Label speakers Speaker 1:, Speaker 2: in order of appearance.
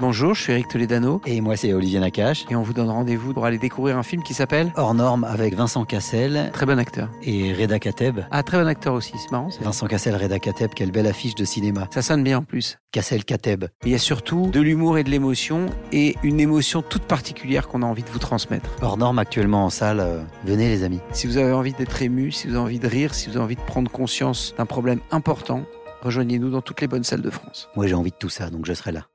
Speaker 1: Bonjour, je suis Eric Toledano
Speaker 2: Et moi, c'est Olivier Nakache,
Speaker 1: et on vous donne rendez-vous pour aller découvrir un film qui s'appelle
Speaker 2: hors norme avec Vincent Cassel
Speaker 1: Très bon acteur.
Speaker 2: et Reda Kateb.
Speaker 1: Ah, très bon acteur aussi, c'est marrant. Ça,
Speaker 2: Vincent Cassel, Reda Kateb, quelle belle affiche de cinéma.
Speaker 1: ça sonne bien en plus.
Speaker 2: Cassel Kateb.
Speaker 1: Il y a surtout de l'humour et de l'émotion, et une émotion toute particulière qu'on a envie de vous transmettre.
Speaker 2: Hors norme actuellement en salle. euh, venez, les amis.
Speaker 1: Si vous avez envie d'être ému, si vous avez envie de rire, si vous avez envie de prendre conscience d'un problème important, rejoignez-nous dans toutes les bonnes salles de France.
Speaker 2: Moi, j'ai envie de tout ça, donc je serai là.